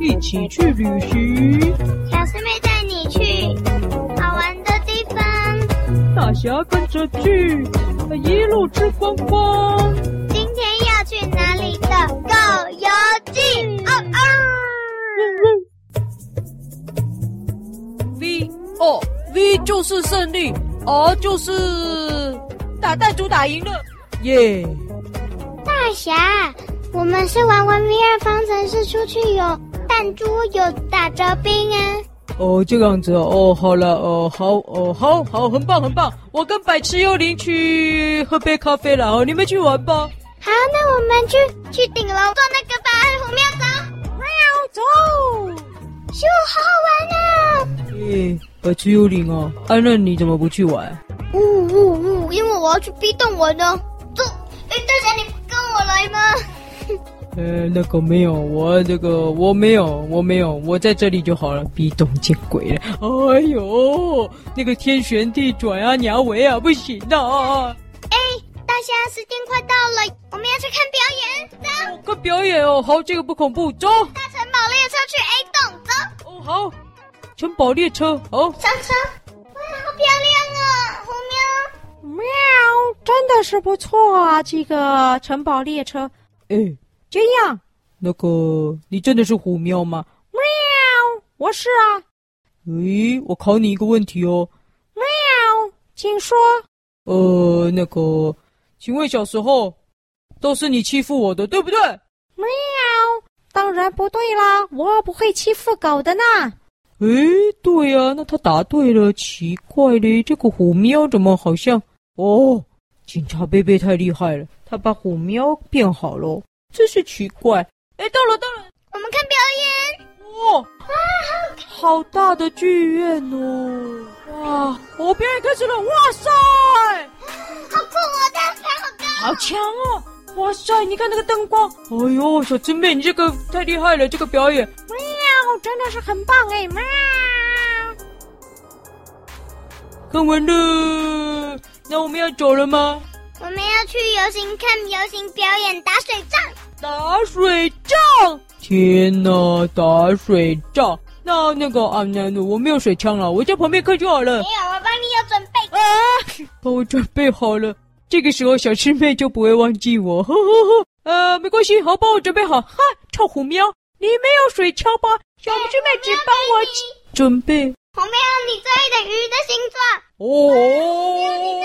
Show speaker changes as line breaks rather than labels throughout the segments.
一起去旅行，
小师妹带你去好玩的地方，
大侠跟着去，一路吃光光。
今天要去哪里的狗游记？哦哦，
V 哦，V 就是胜利，哦就是打弹珠打赢了，耶、
大侠，我们是玩玩 VR 方程式出去有弹珠，有打折兵啊。
哦，这样子哦，哦好了，哦，好，哦，好，好，很棒，很棒。我跟百吃幽灵去喝杯咖啡了，哦，你们去玩吧。
好，那我们去去顶楼做那个吧，我们要走。
走。
咻，好好玩啊！
耶、百吃幽灵哦，安、乐你怎么不去玩？
呜呜呜，因为我要去逼动我呢。走，哎，大侠，你不跟我来吗？
呃，那个没有，我那个我没有，我没有，我在这里就好了。壁咚见鬼了！哎呦，那个天旋地转啊，娘维啊，不行啊！
哎，大侠，时间快到了，我们要去看表演。走，
看表演哦，好，这个不恐怖，走。
大城堡列车去 A 栋，走，
哦，好，城堡列车，好，
上车。哇，好漂亮啊，红喵！
喵，真的是不错啊！这个城堡列车
哎，
这样，
那个，你真的是虎喵吗？
喵，我是啊，
诶，哎我考你一个问题哦，
喵，请说。
呃，那个，请问小时候都是你欺负我的，对不对？
喵，当然不对啦，我不会欺负狗的呢。
诶，哎对呀、那他答对了，奇怪嘞，这个虎喵怎么好像……哦，警察贝贝太厉害了，他把虎喵变好了，真是奇怪。诶，到了，到了，
我们看表演。
哇、好大的剧院哦！哇，我表演开始了，哇塞，
好酷哦，大侠，好高！
好强哦！哇塞，你看那个灯光，哎呦，小真妹，你这个太厉害了，这个表演。
喵，真的是很棒哎！喵，
看完了，那我们要走了吗？
我们要去游行看游行表演打水仗。
打水仗！天哪，打水仗！那那个啊，那那我没有水枪了，我在旁边看就好了。
没有，我帮你有准备。
啊，帮我准备好了，这个时候小师妹就不会忘记我。呵呵呵，呃，没关系，好，帮我准备好。哈，臭虎喵，你没有水枪吧？小师妹只帮我准备。
我们要你最爱的鱼的形状。
哦，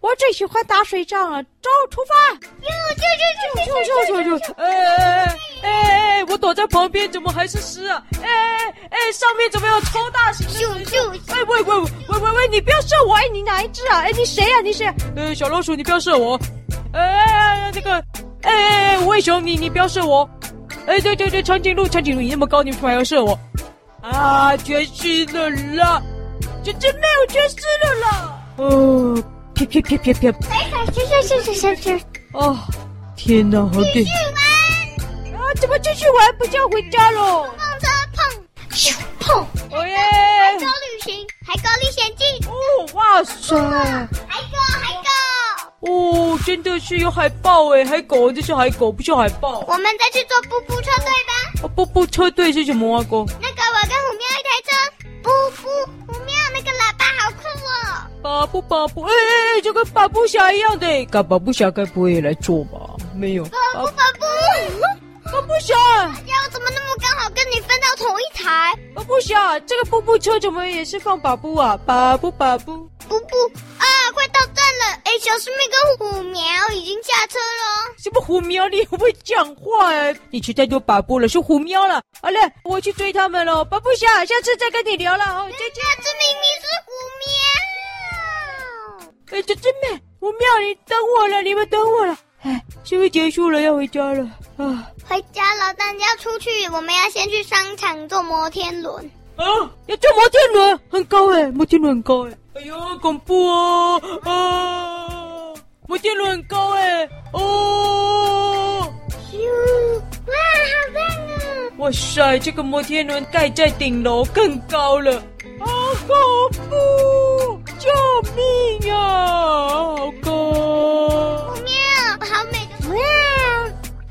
我最喜欢打水仗了。走，出发！
哟，就就就
就就就就，哎哎哎哎哎，我躲在旁边，怎么还是湿啊？哎哎哎，上面怎么有超大型的水
咻咻！
哎喂喂喂喂喂，你不要射我！哎，你哪一只啊？哎，你谁呀、你谁、啊？呃，小老鼠，你不要射我！哎哎哎，那个，哎哎哎，无尾熊，你你不要射我！哎，对对对，长颈鹿，长颈鹿，你那么高，你为什么还要射我？啊，全湿了啦！这真没有全湿了啦！哦，啪啪啪啪啪！
咻咻咻咻咻咻！
哦，天哪，好点
去玩，
啊！怎么继续玩？不叫回家喽？
碰车碰，咻碰，
哦耶！
海沟旅行，海沟历险记，
哦，哇塞！
海沟海沟，
哦，真的是有海豹哎，海狗，这是海狗，不是海豹。
我们再去坐布布车队吧。
啊，步步车队是什么啊？哥，
那个我跟虎喵一台车，布布虎喵那个喇叭好酷哦。
巴布巴布，哎哎哎，就跟巴布侠一样的哎，嘎巴布侠该不会也来做吧？没有，
布布
巴
布
巴布侠，
布，呀，我怎么那么刚好跟你分到同一台？
巴布侠，这个步步车怎么也是放巴布啊？巴布巴布，
布布啊，快到站了！哎，小师妹跟虎苗已经下车了。
什么虎喵？你会讲话哎？你吃太多巴布了，是虎喵了。好嘞，我去追他们了。巴布侠，下次再跟你聊了哦，再见。
这明明是虎喵。
哎，这真美！我妙，你等我了，你们等我了。哎，是不是结束了？要回家了啊
回家了，大家出去，我们要先去商场坐摩天轮。
啊！要坐摩天轮，很高哎，摩天轮很高哎。哎呦，恐怖哦！啊，摩天轮很高哎，哦！
咻！哇，好棒啊！
哇塞，这个摩天轮盖在顶楼更高了，啊好恐怖！救命啊！好高！
虎喵，好美的。
喵，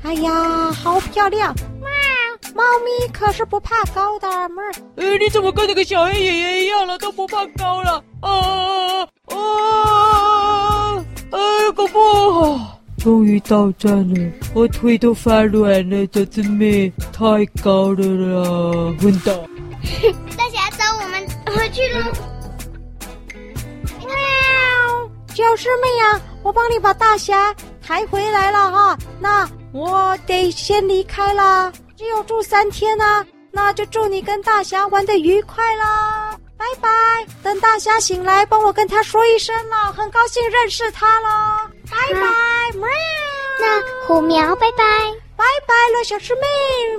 哎呀，好漂亮！喵，妈咪可是不怕高的，妹儿。
呃，你怎么跟那个小黑爷爷一样了，都不怕高了？啊啊！哎，搞不好。终于到站了，我腿都发软了，小师妹太高了啦，昏倒。
大侠走，我们回去喽。
喵！小师妹呀、我帮你把大侠抬回来了哈。那我得先离开啦，只有住三天呐、那就祝你跟大侠玩的愉快啦，拜拜！等大侠醒来，帮我跟他说一声啦，很高兴认识他啦，拜拜！喵！
那虎苗，拜拜。
拜拜了，小师妹！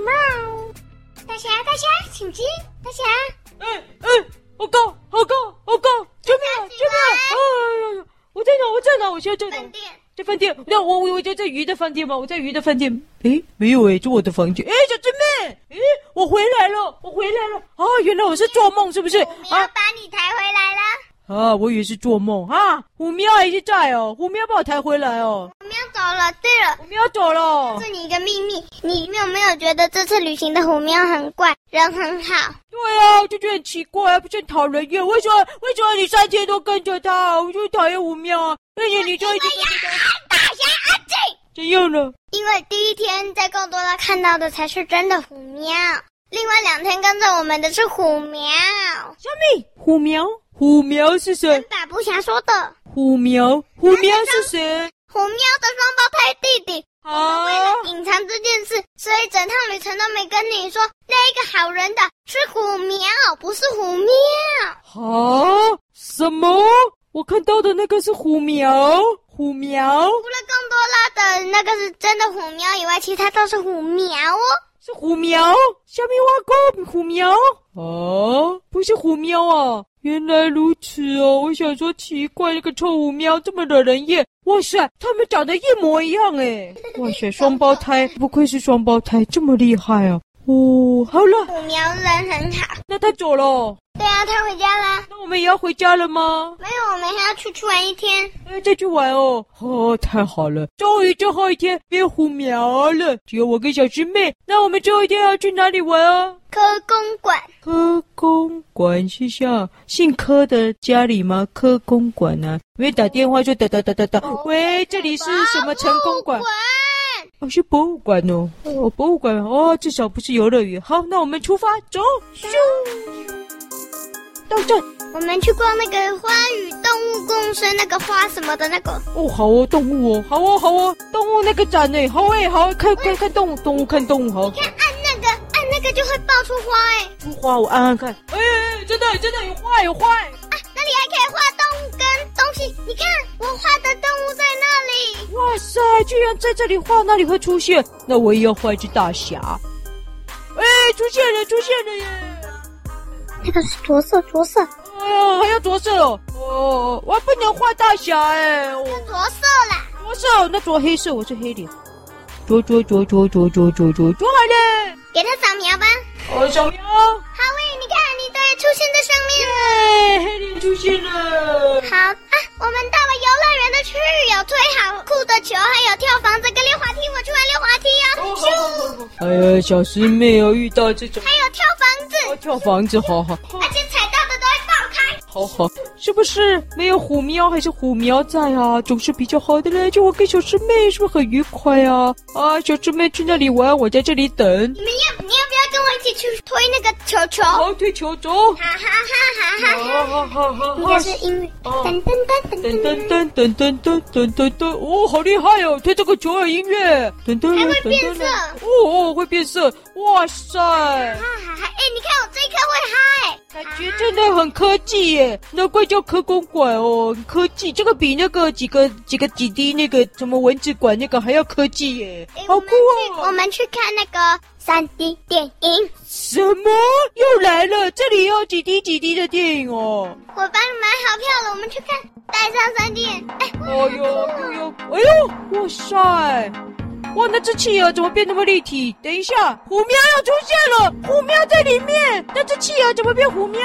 喵！
大侠，大侠，请进。大侠，
哎哎，好高，好高，好高！救命啊！救命啊！哎呦呦！我在哪？我在哪？我现在在哪？
饭店。
在饭店，那我我我就在鱼的饭店吗？我在鱼的饭店。诶，没有诶，这我的房间。诶，小师妹，诶，我回来了，我回来了。啊，原来我是做梦，是不是？
我
啊
把你抬回来了。
啊，我以为是做梦啊。虎喵还是在哦，虎喵把我抬回来哦。
我们要走了。对了，
虎喵走了
告诉。你一个秘密，你有没有觉得这次旅行的虎喵很怪，人很好？
对啊，我就觉得很奇怪，不是很讨人厌。为什么？为什么你三天都跟着他？我就讨厌虎喵啊，而且你就一直跟着他。
哎大侠安静。
怎样了？
因为第一天在贡多拉看到的才是真的虎喵，另外两天跟着我们的是虎苗。
小美，虎喵，虎喵是谁
跟？把不侠说的，
虎喵，虎喵是谁？
虎喵的双胞胎弟弟为
啊！
了隐藏这件事，所以整趟旅程都没跟你说。那一个好人的是虎苗，不是虎喵。
啊！什么？我看到的那个是虎苗，虎苗
除了贡多拉的那个是真的虎喵以外，其他都是虎苗哦。
是虎苗，下面挖沟虎苗啊，不是虎喵啊！原来如此哦，我想说奇怪，那个臭虎喵这么惹人厌，哇塞，他们长得一模一样哎！哇塞，双胞胎，不愧是双胞胎，这么厉害啊！哦，好了，
虎苗人很好。
那他走了，
对啊，他回家啦。
那我们也要回家了吗？
没有，我们还要出去玩一天。
哎，再去玩哦！哦，太好了，终于最后一天变虎苗了，只有我跟小师妹。那我们最后一天要去哪里玩啊？
科公馆。
科公馆是像姓柯的家里吗？科公馆啊，因为打电话就打打打打打，喂，这里是什么成功馆？哦，是博物馆哦，哦，博物馆哦，至少不是游乐园。好，那我们出发，走，咻，到站。
我们去逛那个花与动物共生那个花什么的那个，
哦，好哦，动物哦，好哦，好哦，动物那个展呢，好哎，好，看看看动物，动物看动物，好。
看哎按那个按那个就会爆出花哎、
花，我按按看。哎哎，哎真的真的有花有花哎！
啊，那里还可以画动物跟东西，你看我画的动物在那里，
哇塞，居然在这里画，那里会出现？那我也要画一只大侠。哎，出现了，出现了耶！
那个是着色着色，
哎呀，还要着色哦。哦，我还不能画大侠哎，我
着色啦，
着色，那着黑色，我是黑脸。着着着着着着着着着好了。
给它扫描吧。
哦，小喵，
好喂，你看你的也出现在上面了。
哎，黑脸出现了。
好啊，我们到了游乐园的区域，有推好酷的球，还有跳房子跟溜滑梯，我去玩溜滑梯哦，咻，
哎呀，小师妹哦，遇到这种
还有跳房子，
要跳房子，好好
而且踩到的都会爆开。
好好，是不是没有虎喵还是虎苗在啊？总是比较好的嘞，就我跟小师妹是不是很愉快啊？啊，小师妹去那里玩，我在这里等。
你们要你要不要跟我一起去推那个球球？哈
好，推球走。
哈哈哈哈！
好好好好
应
好
该。是英语。
哦
噔噔噔噔
噔
噔，
噔噔噔噔噔噔噔噔，哦，好厉害哦！推这个球的音乐，噔噔
还
噔
会
噔
变
噔
色，
哦哦，会变色，哇塞，
哈哈哈！哎，你看我这一颗会嗨，
感觉真的很科技耶，难怪叫科工馆哦，很科技，这个比那个几个几个几滴那个什么蚊子馆那个还要科技耶
哎，
好
我
酷
们去我
哦！
们去看那个三 D 电影，
什么又来了？这里有几滴几滴的电影哦！
我帮你买好票了，我们去看。带上三 D，哎，
哎呦哎呦哎呦，哇塞！哇，那只企鹅怎么变那么立体？等一下，虎喵要出现了，虎喵在里面，那只企鹅怎么变虎喵？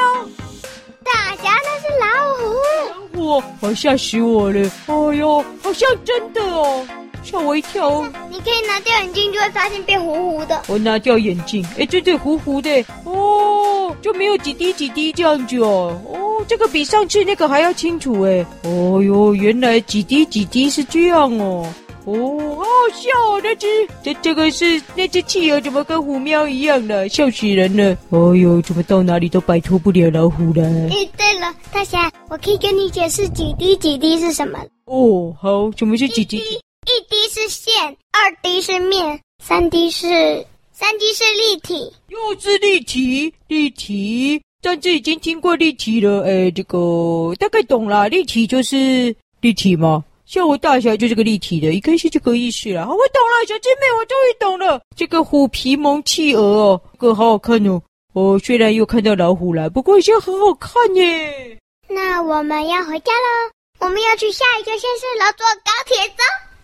大侠那是老虎，
我好吓死我了！哎呦，好像真的哦！吓我一跳哦！
你可以拿掉眼镜，就会发现变糊糊的。
我拿掉哦眼镜，哎，真的糊糊的哦，就没有几滴几滴这样子哦。哦，这个比上次那个还要清楚哎。哦哟，原来几滴几滴是这样哦。哦，好好笑哦！那只这这个是那只企鹅，怎么跟虎喵一样了？笑死人了！哦哟，怎么到哪里都摆脱不了老虎了？
诶，对了，大侠，我可以跟你解释几滴几滴是什么了。
哦，好，什么是几滴？
一滴是线，二滴是面，三滴是三滴是立体。
又是立体，立体。上次已经听过立体了，哎，这个大概懂了。立体就是立体嘛，像我大侠就是个立体的，应该是这个意思啦。好哦我懂了，小姐妹，我终于懂了。这个虎皮蒙企鹅哦，这个好好看哦。哦，虽然又看到老虎了，不过也很好看耶。
那我们要回家喽，我们要去下一个县市了，坐高铁走。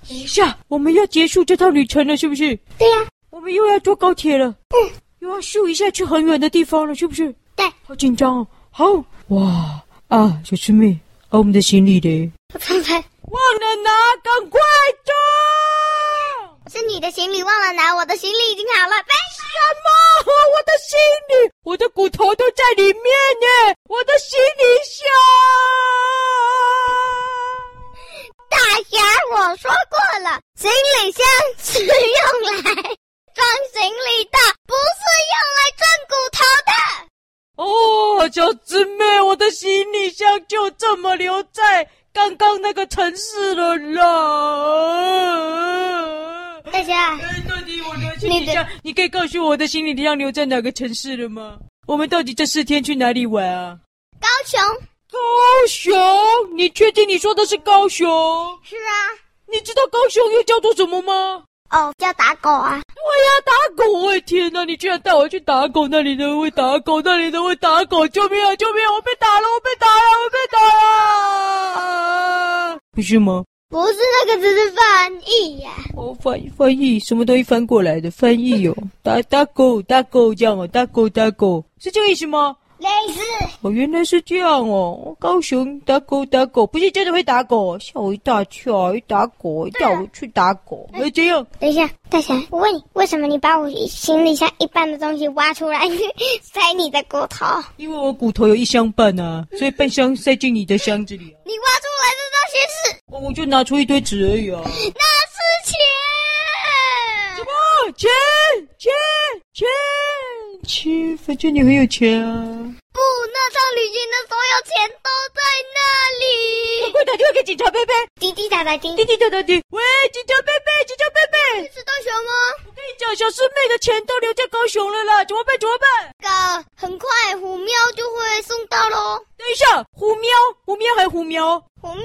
等一下，我们要结束这趟旅程了，是不是？
对呀、
我们又要坐高铁了，又要咻一下去很远的地方了，是不是？
对，
好紧张哦！好哇啊，小师妹，啊，我们的行李嘞，
我翻翻，
忘了拿，赶快装！
是你的行李忘了拿，我的行李已经好了。拜。
什么？啊我的行李，我的骨头都在里面呢，我的行李箱。
大侠，我说过了，行李箱是用来装行李的，不是用来装骨头的。
哦，小姊妹，我的行李箱就这么留在刚刚那个城市了啦。
大侠，
哎到底我的行李箱，你可以告诉我我的行李箱留在哪个城市了吗？我们到底这四天去哪里玩啊？
高雄
高雄？你确定你说的是高雄？
是啊，
你知道高雄又叫做什么吗？
哦，叫打狗啊。
对呀、打狗！我的天哪，你居然带我去打狗，那里的会打狗，那里的会打狗！救命啊！救命啊！我被打了！我被打了！我被打了！不是吗？
不是那个，只是翻译呀、
哦，翻翻译什么东西翻过来的翻译哦，打打狗打狗这样哦，打狗打狗是这个意思吗？
类似。
哦，原来是这样哦！高雄打狗打狗，不是真的会打狗，吓我一大跳！一打狗，叫我去打狗，哎，这样
等一下，大侠，我问你，为什么你把我行李箱一半的东西挖出来 塞你的骨头？
因为我骨头有一箱半啊，所以半箱塞进你的箱子里啊，
你挖出来的东西是
哦我就拿出一堆纸而已啊。
那是钱。
啊，钱钱钱钱，反正你很有钱啊！
不，那趟旅行的所有钱都在那里。
快打电话给警察贝贝，
滴滴答答滴，
滴滴答答滴，喂，警察贝贝，警察贝贝。
是大熊吗？
我跟你讲，小师妹的钱都留在高雄了啦，怎么办？怎么办？
哥，很快虎喵就会送到喽。
等一下，虎喵，虎喵还虎喵，
虎喵，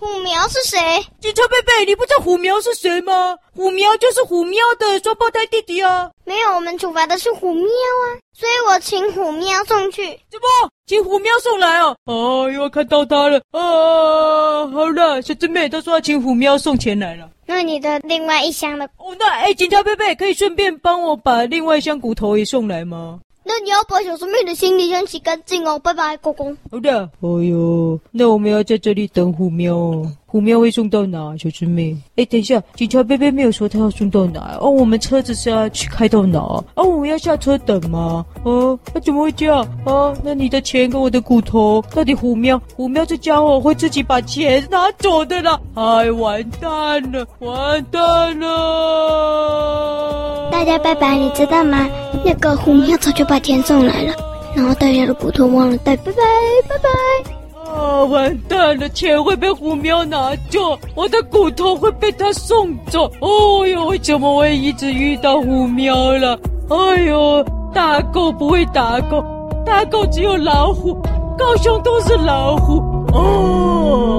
虎喵是谁？
警察贝贝，你不知道虎喵是谁吗？虎喵就是虎喵的双胞胎弟弟啊。
没有，我们处罚的是虎喵啊，所以我请虎喵送去。
怎么？请虎喵送来哦！哦，又要看到他了啊！好了，小师妹，他说要请虎喵送钱来了。
那你的另外一箱的，
哦，那哎，警察贝贝可以顺便帮我把另外一箱骨头也送来吗？
那你要把小师妹的行李箱洗干净哦。拜拜，公公。
好的。哦哟，那我们要在这里等虎喵哦。虎喵会送到哪，小师妹？哎，等一下，警察贝贝没有说他要送到哪哦。我们车子是要去开到哪？哦，我们要下车等吗？哦，那怎么会这样？哦，那你的钱跟我的骨头，到底虎喵？虎喵这家伙会自己把钱拿走的啦！哎，完蛋了，完蛋了！
大家拜拜，你知道吗？那个虎喵早就把钱送来了，然后大家的骨头忘了带，拜拜拜拜。
啊，完蛋了！钱会被虎喵拿走，我的骨头会被他送走。哦哟，为什么会一直遇到虎喵了？哎呦，打狗不会打狗，打狗只有老虎，高雄都是老虎。哦。